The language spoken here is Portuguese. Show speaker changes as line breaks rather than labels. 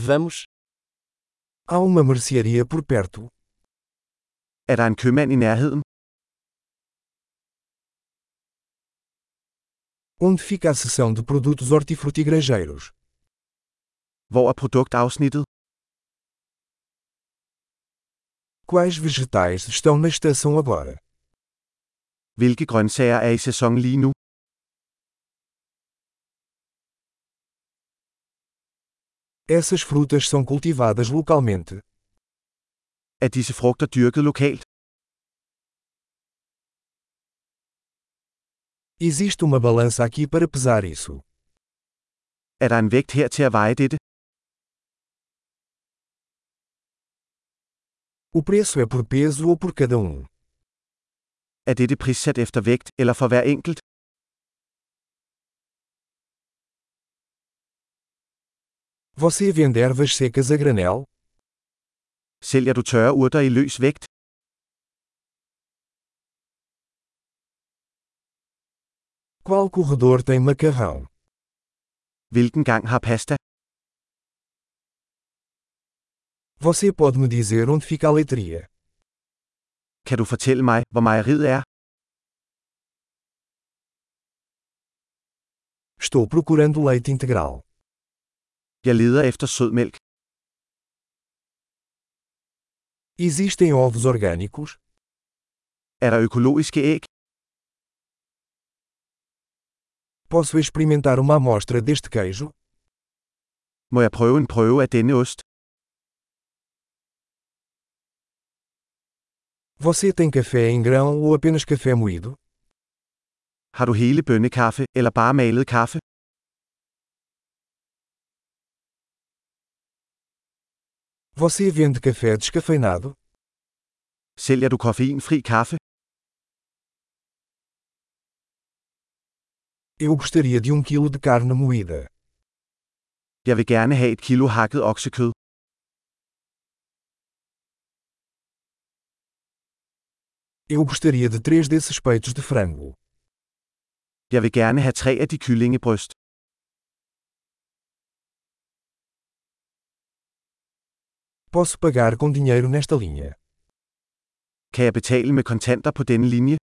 Vamos. Há uma mercearia por perto.
Er der en købmand i nærheden?
Onde fica a seção de produtos hortifrutigranjeiros?
Hvor er produktafsnittet?
Quais vegetais estão na estação agora?
Hvilke grøntsager er i sæson lige nu?
Essas frutas são cultivadas localmente.
Er disse frugter dyrket lokalt?
Existe uma balança aqui para pesar isso.
Er der en vægt her til at veje dette?
O preço é por peso ou por cada um.
Er dette prissat efter vægt eller for hver enkelt?
Você vende ervas secas a granel?
Sælger du tørre urter i løs vægt?
Qual corredor tem macarrão?
Hvilken gang har pasta?
Você pode me dizer onde fica a leitria?
Kan du fortælle mig, hvor mejeriet er?
Estou procurando leite integral.
Jeg leder efter sødmælk.
Existem ovos orgânicos?
Er der økologiske æg?
Posso experimentar uma amostra deste queijo?
Må jeg prøve en prøve af denne ost?
Você tem café em grão ou apenas café moído?
Har du hele bønnekaffe eller bare malet kaffe?
Você vende café descafeinado?
Sælger du koffeinfri kaffe?
Eu gostaria de um quilo de carne moída.
Jeg vil gerne have et kilo hakket oksekød.
Eu gostaria de três desses peitos de frango.
Jeg vil gerne have tre af de kyllingebryst.
Posso pagar com dinheiro nesta linha.
Kan jeg betale med kontanter på denne linje?